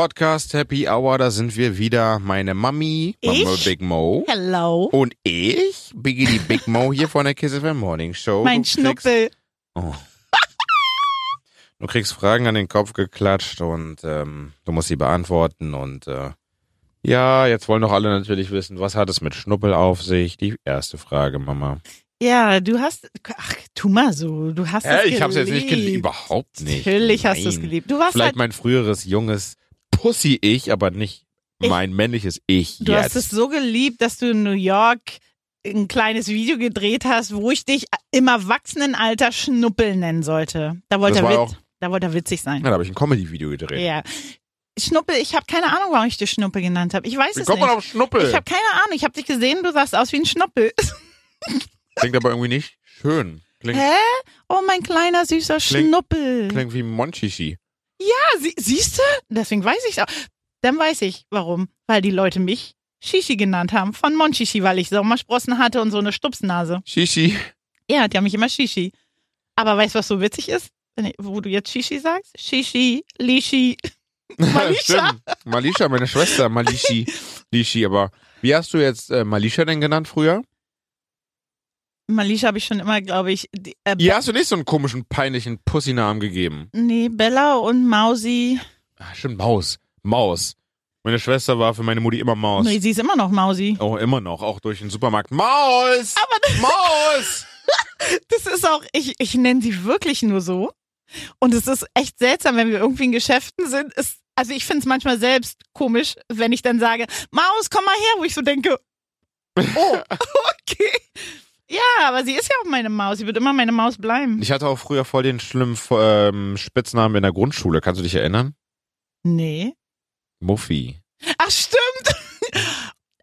Podcast Happy Hour, da sind wir wieder. Meine Mami, Mama Ich? Big Mo. Hello. Und ich, Biggie die Big Mo hier von der Kiss FM Morning Show. Oh, mein Du Kriegst, Schnuppel. oh. Du kriegst Fragen an den Kopf geklatscht und ähm, du musst sie beantworten. Und äh, ja, jetzt wollen doch alle natürlich wissen, was hat es mit Schnuppel auf sich? Die erste Frage, Mama. Ja, du hast. Ach, tu mal so. Du hast es Hä, geliebt. ich hab's jetzt nicht geliebt. Überhaupt nicht. Natürlich hast du es Nein. geliebt. Du warst Vielleicht halt. mein früheres junges Pussy-Ich, aber nicht Ich- mein männliches Ich Du hast jetzt. es so geliebt, dass du in New York ein kleines Video gedreht hast, wo ich dich im Erwachsenenalter Schnuppel nennen sollte. Da wollte, Das er, war wit auch- da wollte er witzig sein. ja, da habe ich ein Comedy-Video gedreht. Ja. Schnuppel, ich habe keine Ahnung, warum ich dich Schnuppel genannt habe. Ich weiß Wie es kommt man nicht. auf Schnuppel? Ich habe keine Ahnung. Ich habe dich gesehen, du sahst aus wie ein Schnuppel. Klingt aber irgendwie nicht schön. Klingt, Hä? Oh, mein kleiner süßer Klingt- Schnuppel. klingt wie Monchichi. Ah, sie, siehst du? Deswegen weiß ich auch. Dann weiß ich, warum. Weil die Leute mich Shishi genannt haben von Monchichi, weil ich Sommersprossen hatte und so eine Stupsnase. Shishi. Ja, die haben mich immer Shishi. Aber weißt du, was so witzig ist? Wenn ich- Wo du jetzt Shishi sagst? Shishi, Lishi. Malisha. Stimmt. Malisha, meine Schwester, Malishi. Lishi, aber wie hast du jetzt äh, Malisha denn genannt früher? Malisha habe ich schon immer, glaube ich. die- Äh, Ihr hast du nicht so einen komischen, peinlichen Pussy-Namen gegeben. Be- Nee, Bella und Mausi. Ah, stimmt, Maus. Maus. Meine Schwester war für meine Mutti immer Maus. Nee, sie ist immer noch Mausi. Oh, immer noch, auch durch den Supermarkt. Maus! Maus! Das ist auch, ich, ich nenne sie wirklich nur so. Und es ist echt seltsam, wenn wir irgendwie in Geschäften sind. Es, also ich finde es manchmal selbst komisch, wenn ich dann sage, Maus, komm mal her, wo ich so denke, oh, okay. Ja, aber sie ist ja auch meine Maus. Sie wird immer meine Maus bleiben. Ich hatte auch früher voll den schlimmen ähm, Spitznamen in der Grundschule. Kannst du dich erinnern? Nee. Muffi. Ach, stimmt.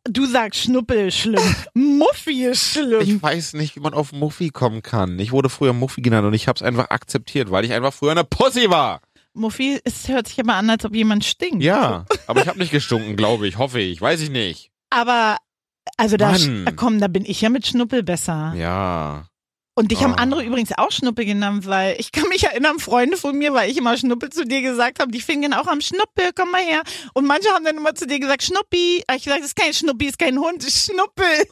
Du sagst Schnuppel ist schlimm. Muffi ist schlimm. Ich weiß nicht, wie man auf Muffi kommen kann. Ich wurde früher Muffi genannt und ich habe es einfach akzeptiert, weil ich einfach früher eine Pussy war. Muffi, es hört sich immer an, als ob jemand stinkt. Ja, aber ich habe nicht gestunken, glaube ich, hoffe ich, weiß ich nicht. Aber, also da, Mann. komm, da bin ich ja mit Schnuppel besser. Ja. Und dich haben Ah. andere übrigens auch Schnuppe genannt, weil ich kann mich erinnern, Freunde von mir, weil ich immer Schnuppe zu dir gesagt habe, die fingen auch am Schnuppe, komm mal her. Und manche haben dann immer zu dir gesagt, Schnuppi. Ich habe gesagt, das ist kein Schnuppi, ist kein Hund, ist Schnuppel.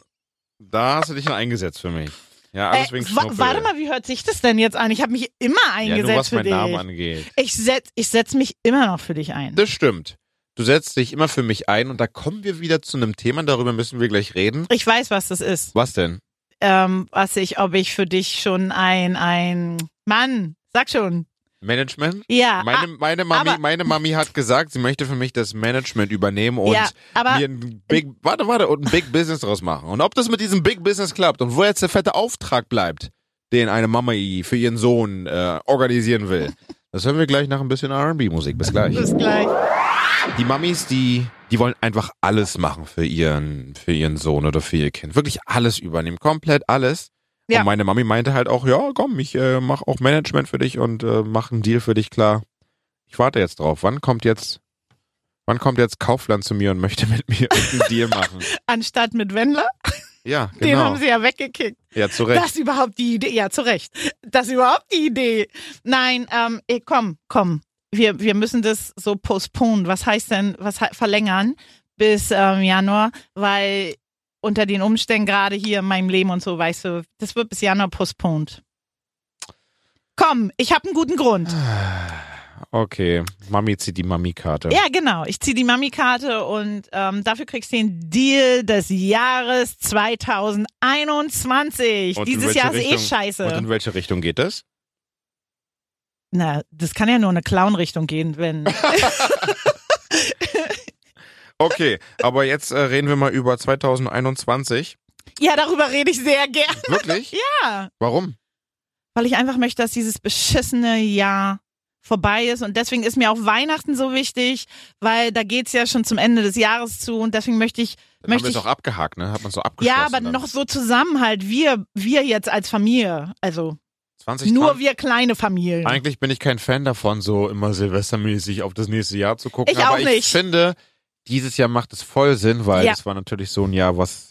Da hast du dich dann eingesetzt für mich. Ja, alles wegen Äh, wa- Schnuppel. warte mal, wie hört sich das denn jetzt an? Ich habe mich immer ja, eingesetzt nur was für meinen dich. Namen angeht. Ich setz, ich setz mich immer noch für dich ein. Das stimmt. Du setzt dich immer für mich ein und da kommen wir wieder zu einem Thema, darüber müssen wir gleich reden. Ich weiß, was das ist. Was denn? Ähm, was ich, ob ich für dich schon ein, ein Mann, sag schon. Management? Ja. Meine, meine, Mami, Ah, aber- meine Mami hat gesagt, sie möchte für mich das Management übernehmen und ah, ja, aber mir ein Big, warte, warte, und ein Big Business draus machen. Und ob das mit diesem Big Business klappt und wo jetzt der fette Auftrag bleibt, den eine Mama für ihren Sohn äh, organisieren will, das hören wir gleich nach ein bisschen R&B-Musik. Bis gleich. bis gleich. Die Mamis, die, die wollen einfach alles machen für ihren, für ihren Sohn oder für ihr Kind. Wirklich alles übernehmen, komplett alles. Ja. Und meine Mami meinte halt auch, ja, komm, ich äh, mache auch Management für dich und äh, mache einen Deal für dich klar. Ich warte jetzt drauf. Wann kommt jetzt, wann kommt jetzt Kaufland zu mir und möchte mit mir einen Deal machen? Anstatt mit Wendler, Ja, den genau. haben sie ja weggekickt. Ja, zu Recht. Das ist überhaupt die Idee. Ja, zu Recht. Das ist überhaupt die Idee. Nein, ähm, eh, komm, komm. Wir, wir müssen das so postponen. Was heißt denn, was he- verlängern bis ähm, Januar? Weil unter den Umständen gerade hier in meinem Leben und so, weißt du, das wird bis Januar postponed. Komm, ich habe einen guten Grund. Ah. Okay, Mami zieht die Mami-Karte. Ja, genau. Ich ziehe die Mami-Karte und ähm, dafür kriegst du den Deal des Jahres 2021. Und in Dieses welche Jahr Richtung? ist eh scheiße. Und in welche Richtung geht das? Na, das kann ja nur in eine Clown-Richtung gehen, wenn. Okay, aber jetzt äh, reden wir mal über 2021. ja, darüber rede ich sehr gern. Wirklich? Ja, Warum? weil ich einfach möchte, dass dieses beschissene Jahr vorbei ist und deswegen ist mir auch Weihnachten so wichtig, weil da geht's ja schon zum Ende des Jahres zu und deswegen möchte ich Dann haben möchte wir es ich auch abgehakt, ne? Hat man so abgeschlossen. ja, aber dann. noch so zusammen halt wir wir jetzt als Familie, also 20, nur 20. wir kleine Familien. Eigentlich bin ich kein Fan davon, so immer silvestermäßig auf das nächste Jahr zu gucken. Ich aber auch ich nicht. finde, dieses Jahr macht es voll Sinn, weil Ja. es war natürlich so ein Jahr, was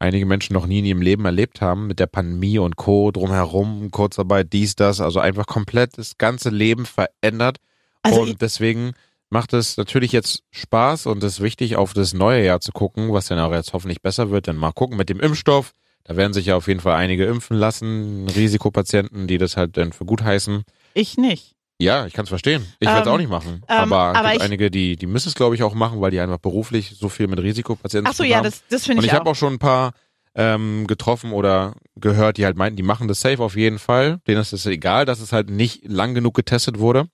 einige Menschen noch nie in ihrem Leben erlebt haben, mit der Pandemie und Co. drumherum, Kurzarbeit, dies, das, also einfach komplett das ganze Leben verändert. Also und deswegen macht es natürlich jetzt Spaß und ist wichtig, auf das neue Jahr zu gucken, was dann auch jetzt hoffentlich besser wird. Dann mal gucken mit dem Impfstoff. Da werden sich ja auf jeden Fall einige impfen lassen, Risikopatienten, die das halt dann für gut heißen. Ich nicht. Ja, ich kann es verstehen. Ich werde es Ähm, auch nicht machen. ähm, aber es aber gibt ich- einige, die, die müssen es, glaube ich, auch machen, weil die einfach beruflich so viel mit Risikopatienten Ach zu so, tun ja, haben. das, das finde Und ich, ich habe auch. auch schon ein paar ähm, getroffen oder gehört, die halt meinten, die machen das safe auf jeden Fall. Denen ist es egal, dass es halt nicht lang genug getestet wurde.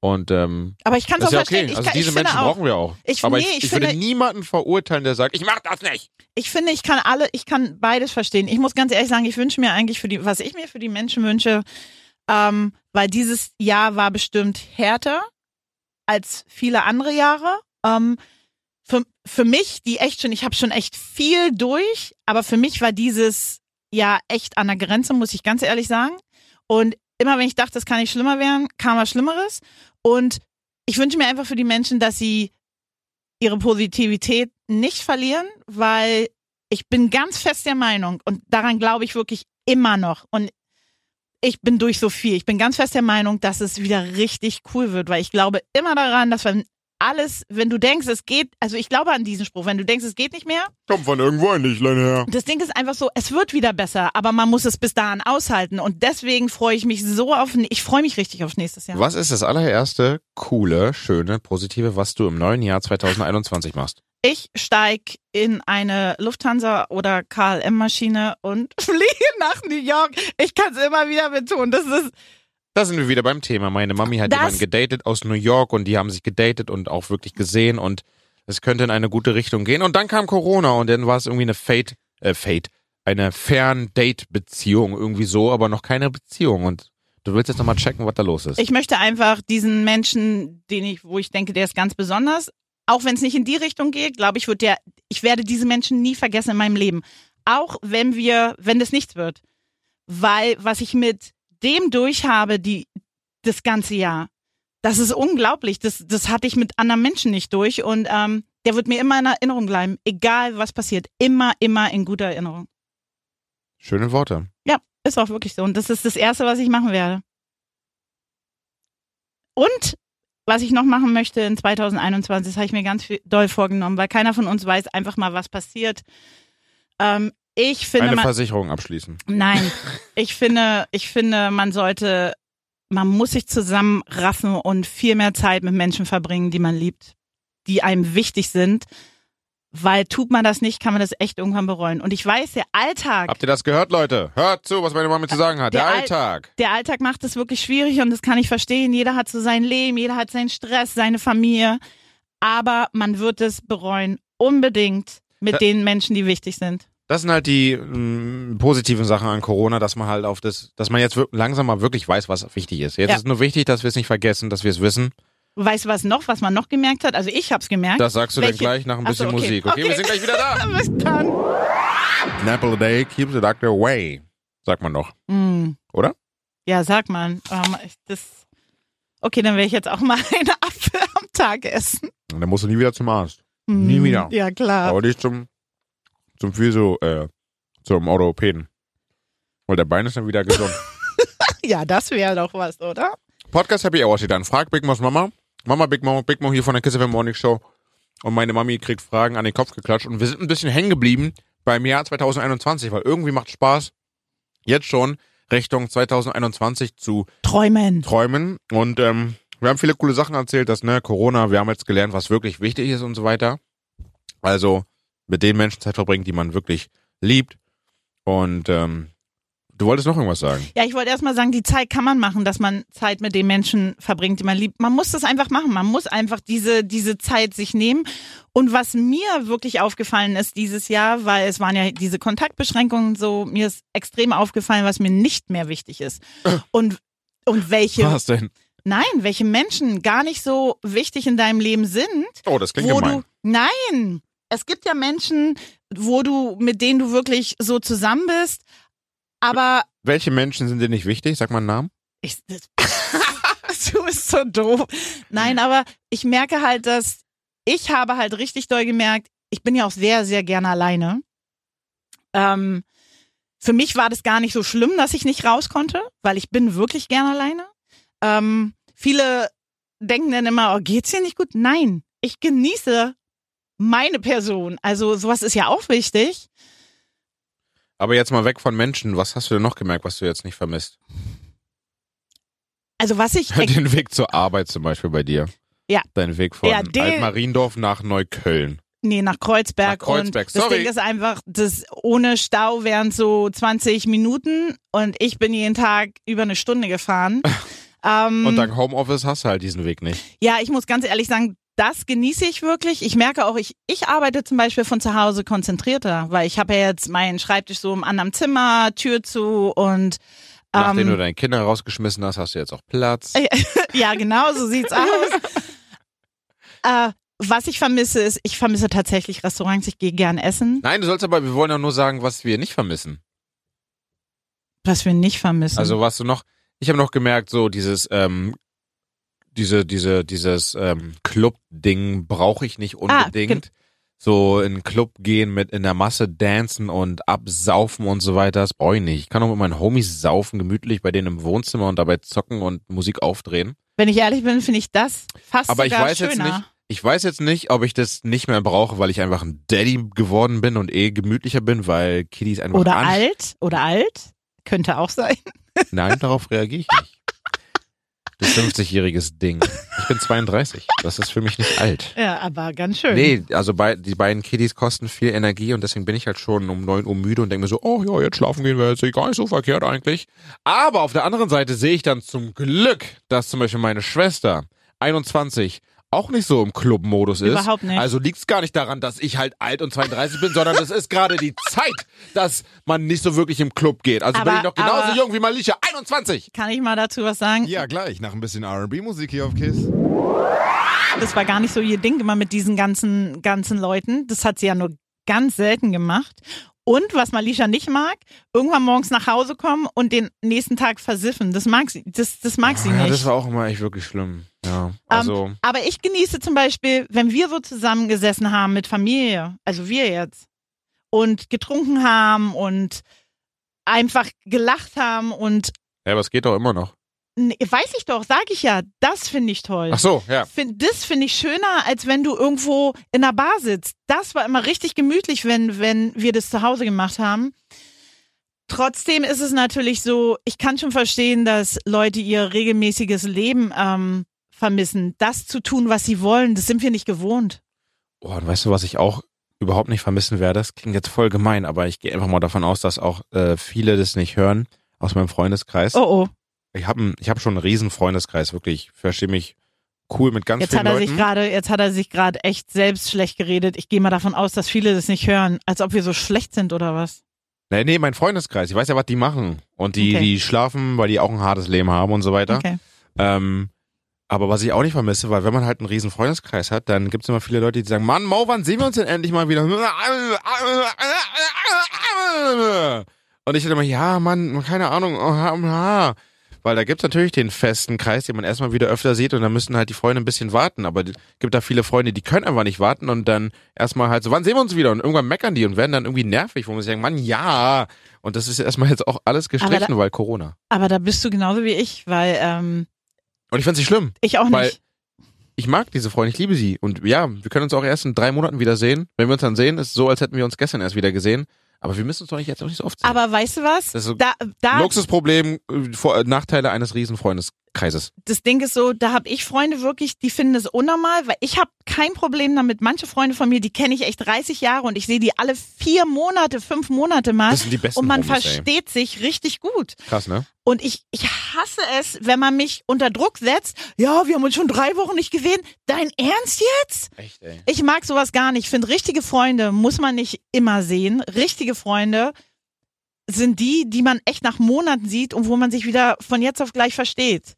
Und ähm, Aber ich kann es das auch ist ja verstehen. okay. Ich, Also kann, ich diese finde Menschen auch, brauchen wir auch. Ich- Aber nee, ich ich, ich würde finde- niemanden verurteilen, der sagt, ich mach das nicht. Ich finde, ich kann alle, ich kann beides verstehen. Ich muss ganz ehrlich sagen, ich wünsche mir eigentlich für die, was ich mir für die Menschen wünsche, ähm, weil dieses Jahr war bestimmt härter als viele andere Jahre. Ähm, für, für mich, die echt schon, ich habe schon echt viel durch, aber für mich war dieses Jahr echt an der Grenze, muss ich ganz ehrlich sagen. Und immer wenn ich dachte, es kann nicht schlimmer werden, kam was Schlimmeres. Und ich wünsche mir einfach für die Menschen, dass sie ihre Positivität nicht verlieren, weil ich bin ganz fest der Meinung und daran glaube ich wirklich immer noch und ich bin durch so viel. Ich bin ganz fest der Meinung, dass es wieder richtig cool wird, weil ich glaube immer daran, dass wenn alles, wenn du denkst, es geht, also ich glaube an diesen Spruch, wenn du denkst, es geht nicht mehr, Kommt von irgendwo ein Lichtlein her. das Ding ist einfach so, es wird wieder besser, aber man muss es bis dahin aushalten und deswegen freue ich mich so auf, ich freue mich richtig auf nächstes Jahr. Was ist das allererste coole, schöne, positive, was du im neuen Jahr 2021 machst? Ich steig in eine Lufthansa oder KLM-Maschine und fliege nach New York. Ich kann es immer wieder betonen. Das ist Da sind wir wieder beim Thema. Meine Mami hat Das- jemanden gedatet aus New York und die haben sich gedatet und auch wirklich gesehen und es könnte in eine gute Richtung gehen. Und dann kam Corona und dann war es irgendwie eine Fate, äh, Fate, eine Fern-Date-Beziehung irgendwie so, aber noch keine Beziehung. Und du willst jetzt nochmal checken, was da los ist. ich möchte einfach diesen Menschen, den ich, wo ich denke, der ist ganz besonders, auch wenn es nicht in die Richtung geht, glaube ich, wird der, ich werde diese Menschen nie vergessen in meinem Leben. Auch wenn wir, wenn das nichts wird. Weil was ich mit dem durchhabe, die, das ganze Jahr, das ist unglaublich. Das, das hatte ich mit anderen Menschen nicht durch und ähm, der wird mir immer in Erinnerung bleiben, egal was passiert. Immer, immer in guter Erinnerung. Schöne Worte. Ja, ist auch wirklich so. Und das ist das Erste, was ich machen werde. Und was ich noch machen möchte in 2021, das habe ich mir ganz viel doll vorgenommen, weil keiner von uns weiß einfach mal, was passiert. Ähm, ich finde, Eine man, Versicherung abschließen. nein, ich finde, ich finde, man sollte, man muss sich zusammenraffen und viel mehr Zeit mit Menschen verbringen, die man liebt, die einem wichtig sind. Weil tut man das nicht, kann man das echt irgendwann bereuen. Und ich weiß, der Alltag. Habt ihr das gehört, Leute? Hört zu, was meine Mami zu sagen hat. Der, Äh, Der Al- Alltag. der Alltag macht es wirklich schwierig und das kann ich verstehen. Jeder hat so sein Leben, jeder hat seinen Stress, seine Familie. Aber man wird es bereuen, unbedingt mit Da- den Menschen, die wichtig sind. Das sind halt die mh, positiven Sachen an Corona, dass man halt auf das, dass man jetzt wir- langsam mal wirklich weiß, was wichtig ist. Jetzt Ja. ist nur wichtig, dass wir es nicht vergessen, dass wir es wissen. Weißt du was noch, was man noch gemerkt hat? Also ich hab's gemerkt. Das sagst du dann Welche? gleich nach ein Ach bisschen so, okay. Musik. Okay, wir Okay. sind gleich wieder da. Bis dann. An apple a day keeps the doctor away, sagt man noch. Mm. Oder? Ja, sag mal. Ähm, ich- das okay, dann werde ich jetzt auch mal eine Apfel am Tag essen. Und dann musst du nie wieder zum Arzt. Mm. Nie wieder. Ja, klar. Aber nicht zum, zum Physio, äh, zum Orthopäden. Weil der Bein ist dann wieder gesund. Ja, das wäre doch was, oder? Podcast Happy Hour steht dann. Frag Big Moms Mama. Mama Big Mom, Big Mom hier von der Kiss FM Morning Show. Und meine Mami kriegt Fragen an den Kopf geklatscht. Und wir sind ein bisschen hängen geblieben beim Jahr 2021, weil irgendwie macht Spaß, jetzt schon Richtung 2021 zu Träumen. träumen. Und ähm, wir haben viele coole Sachen erzählt, dass ne, Corona, wir haben jetzt gelernt, was wirklich wichtig ist und so weiter. Also mit den Menschen Zeit verbringen, die man wirklich liebt. Und ähm, du wolltest noch irgendwas sagen. Ja, ich wollte erstmal sagen, die Zeit kann man machen, dass man Zeit mit den Menschen verbringt, die man liebt. Man muss das einfach machen. Man muss einfach diese, diese Zeit sich nehmen. Und was mir wirklich aufgefallen ist dieses Jahr, weil es waren ja diese Kontaktbeschränkungen und so, mir ist extrem aufgefallen, was mir nicht mehr wichtig ist. Und, und welche, Äh. Was denn? nein, welche Menschen gar nicht so wichtig in deinem Leben sind, Oh, das klingt wo gemein. du. Nein! Es gibt ja Menschen, wo du, mit denen du wirklich so zusammen bist, aber Welche Menschen sind dir nicht wichtig? Sag mal einen Namen. ich, das, du bist so doof. Nein, aber ich merke halt, dass ich habe halt richtig doll gemerkt, ich bin ja auch sehr, sehr gerne alleine. Ähm, für mich war das gar nicht so schlimm, dass ich nicht raus konnte, weil ich bin wirklich gerne alleine. Ähm, viele denken dann immer, oh, geht's dir nicht gut? Nein, ich genieße meine Person. Also sowas ist ja auch wichtig. Aber jetzt mal weg von Menschen. Was hast du denn noch gemerkt, was du jetzt nicht vermisst? Also was ich Den Weg zur Arbeit zum Beispiel bei dir. Ja. Dein Weg von Ja, den- Altmariendorf nach Neukölln. Nee, nach Kreuzberg. Nach Kreuzberg, und das sorry. Ding ist einfach, das ohne Stau wären so 20 Minuten und ich bin jeden Tag über eine Stunde gefahren. ähm, Und dank Homeoffice hast du halt diesen Weg nicht. ja, ich muss ganz ehrlich sagen, das genieße ich wirklich. Ich merke auch, ich, ich arbeite zum Beispiel von zu Hause konzentrierter, weil ich habe ja jetzt meinen Schreibtisch so im anderen Zimmer, Tür zu und Nachdem du ähm, deine Kinder rausgeschmissen hast, hast du jetzt auch Platz. ja, genau, so sieht's aus. äh, was ich vermisse ist, ich vermisse tatsächlich Restaurants, ich gehe gern essen, Nein, du sollst aber, wir wollen ja nur sagen, was wir nicht vermissen. was wir nicht vermissen. Also was du noch, ich habe noch gemerkt, so dieses, ähm, diese, diese, dieses ähm, Club-Ding brauche ich nicht Ah, unbedingt. so in einen Club gehen, mit in der Masse dancen und absaufen und so weiter, das brauche ich nicht. Ich kann auch mit meinen Homies saufen, gemütlich bei denen im Wohnzimmer und dabei zocken und Musik aufdrehen. Wenn ich ehrlich bin, finde ich das fast Aber ich sogar weiß jetzt schöner. nicht, ich weiß jetzt nicht, ob ich das nicht mehr brauche, weil ich einfach ein Daddy geworden bin und eh gemütlicher bin, weil Kiddies einfach Oder an- alt, oder alt, könnte auch sein. Nein, darauf reagiere ich nicht. Du 50-jähriges Ding. Ich bin 32. Das ist für mich nicht alt. Ja, aber ganz schön. Nee, also bei, die beiden Kiddies kosten viel Energie und deswegen bin ich halt schon um 9 Uhr müde und denke mir so, oh ja, jetzt schlafen gehen wäre jetzt gar nicht so verkehrt eigentlich. Aber auf der anderen Seite sehe ich dann zum Glück, dass zum Beispiel meine Schwester 21 auch nicht so im Club-Modus ist. Überhaupt nicht. Also liegt es gar nicht daran, dass ich halt alt und 32 bin, sondern es ist gerade die Zeit, dass man nicht so wirklich im Club geht. Also bin Aber- ich noch genauso aber- jung wie Malicia, 21. Kann ich mal dazu was sagen? Ja, gleich, nach ein bisschen RB-Musik hier auf KISS. Das war gar nicht so ihr Ding immer mit diesen ganzen, ganzen Leuten. Das hat sie ja nur ganz selten gemacht. Und was Malisha nicht mag, irgendwann morgens nach Hause kommen und den nächsten Tag versiffen. Das mag sie, das, das mag sie Ah, Ja, nicht. Ähm. das war auch immer echt wirklich schlimm. Ja, also... Aber ich genieße zum Beispiel, wenn wir so zusammengesessen haben mit Familie, also wir jetzt, und getrunken haben und einfach gelacht haben und ja, aber es geht doch immer noch. Nee, weiß ich doch, sag ich ja, das finde ich toll. Ach so, ja. Find, das finde ich schöner, als wenn du irgendwo in einer Bar sitzt. Das war immer richtig gemütlich, wenn, wenn wir das zu Hause gemacht haben. Trotzdem ist es natürlich so, ich kann schon verstehen, dass Leute ihr regelmäßiges Leben ähm, vermissen. Das zu tun, was sie wollen, das sind wir nicht gewohnt. Oh, und weißt du, was ich auch überhaupt nicht vermissen werde? Das klingt jetzt voll gemein, aber ich gehe einfach mal davon aus, dass auch äh, viele das nicht hören aus meinem Freundeskreis. Oh oh, Ich habe ich hab schon einen riesen Freundeskreis, wirklich. Ich verstehe mich cool mit ganz jetzt vielen hat er Leuten. sich gerade, jetzt hat er sich gerade echt selbst schlecht geredet. Ich gehe mal davon aus, dass viele das nicht hören, als ob wir so schlecht sind oder was. nee, nee, mein Freundeskreis. Ich weiß ja, was die machen. Und die, Okay. die schlafen, weil die auch ein hartes Leben haben und so weiter. Okay. Ähm, aber was ich auch nicht vermisse, weil wenn man halt einen riesen Freundeskreis hat, dann gibt es immer viele Leute, die sagen, Mann, Mau, wann sehen wir uns denn endlich mal wieder? Und ich dann immer, ja, Mann, keine Ahnung, oh, ha, ha. weil da gibt es natürlich den festen Kreis, den man erstmal wieder öfter sieht und dann müssen halt die Freunde ein bisschen warten, aber es gibt da viele Freunde, die können einfach nicht warten und dann erstmal halt so, wann sehen wir uns wieder? Und irgendwann meckern die und werden dann irgendwie nervig, wo man sich sagt, Mann, ja. Und das ist erstmal jetzt auch alles gestrichen, weil Corona. Aber da bist du genauso wie ich, weil ähm, Und ich find's nicht schlimm. ich auch Weil- nicht. ich mag diese Freundin, ich liebe sie. Und ja, wir können uns auch erst in drei Monaten wieder sehen. Wenn wir uns dann sehen, ist so, als hätten wir uns gestern erst wieder gesehen. Aber wir müssen uns doch nicht jetzt auch nicht so oft sehen. Aber weißt du was? Das ist so- da, da, Luxusproblem, äh, Vor äh, Nachteile eines riesen Freundeskreises. das Ding ist so, da habe ich Freunde wirklich, die finden es unnormal, weil ich habe kein Problem damit. Manche Freunde von mir, die kenne ich echt 30 Jahre und ich sehe die alle vier Monate, fünf Monate mal. Das sind die besten Und man Homies, ey. versteht sich richtig gut. Krass, ne? Und ich, ich hasse es, wenn man mich unter Druck setzt. Ja, wir haben uns schon drei Wochen nicht gesehen. Dein Ernst jetzt? Echt, ey. Ich mag sowas gar nicht. Ich finde, richtige Freunde muss man nicht immer sehen. Richtige Freunde sind die, die man echt nach Monaten sieht und wo man sich wieder von jetzt auf gleich versteht.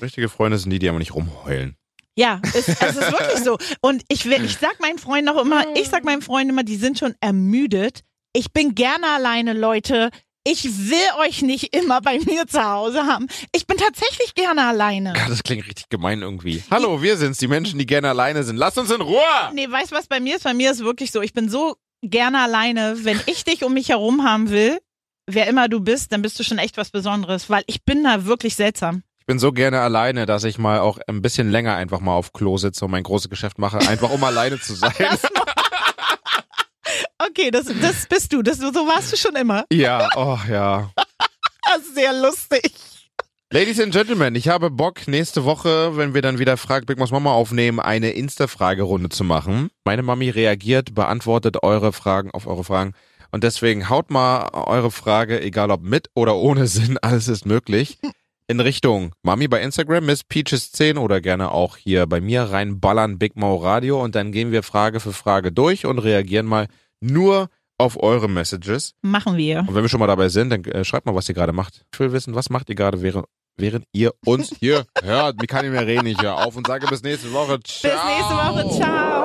Richtige Freunde sind die, die aber nicht rumheulen. Ja, es, es ist wirklich so. Und ich, will- ich sag meinen Freunden auch immer, ich sag meinen Freunden immer, die sind schon ermüdet. Ich bin gerne alleine, Leute. Ich will euch nicht immer bei mir zu Hause haben. Ich bin tatsächlich gerne alleine. Gott, das klingt richtig gemein irgendwie. Hallo, wir sind's, die Menschen, die gerne alleine sind. Lasst uns in Ruhe! Nee, weißt du, was bei mir ist? Bei mir ist wirklich so, ich bin so gerne alleine. Wenn ich dich um mich herum haben will, wer immer du bist, dann bist du schon echt was Besonderes, weil ich bin da wirklich seltsam. Ich bin so gerne alleine, dass ich mal auch ein bisschen länger einfach mal auf Klo sitze und mein großes Geschäft mache, einfach um alleine zu sein. Okay, das, das bist du. Das, so warst du schon immer. ja, oh ja. Das ist sehr lustig. Ladies and Gentlemen, ich habe Bock, nächste Woche, wenn wir dann wieder Frag Big Moms Mama aufnehmen, eine Insta-Fragerunde zu machen. Meine Mami reagiert, beantwortet eure Fragen auf eure Fragen. Und deswegen haut mal eure Frage, egal ob mit oder ohne Sinn, alles ist möglich, in Richtung Mami bei Instagram, Miss Peaches10 oder gerne auch hier bei mir reinballern, Big Mau Radio. Und dann gehen wir Frage für Frage durch und reagieren mal nur auf eure Messages. Machen wir. Und wenn wir schon mal dabei sind, dann äh, schreibt mal, was ihr gerade macht. Ich will wissen, was macht ihr gerade, während, während ihr uns hier hört. Mir kann nicht mehr reden, ich höre auf und sage bis nächste Woche. Ciao. Bis nächste Woche. Ciao.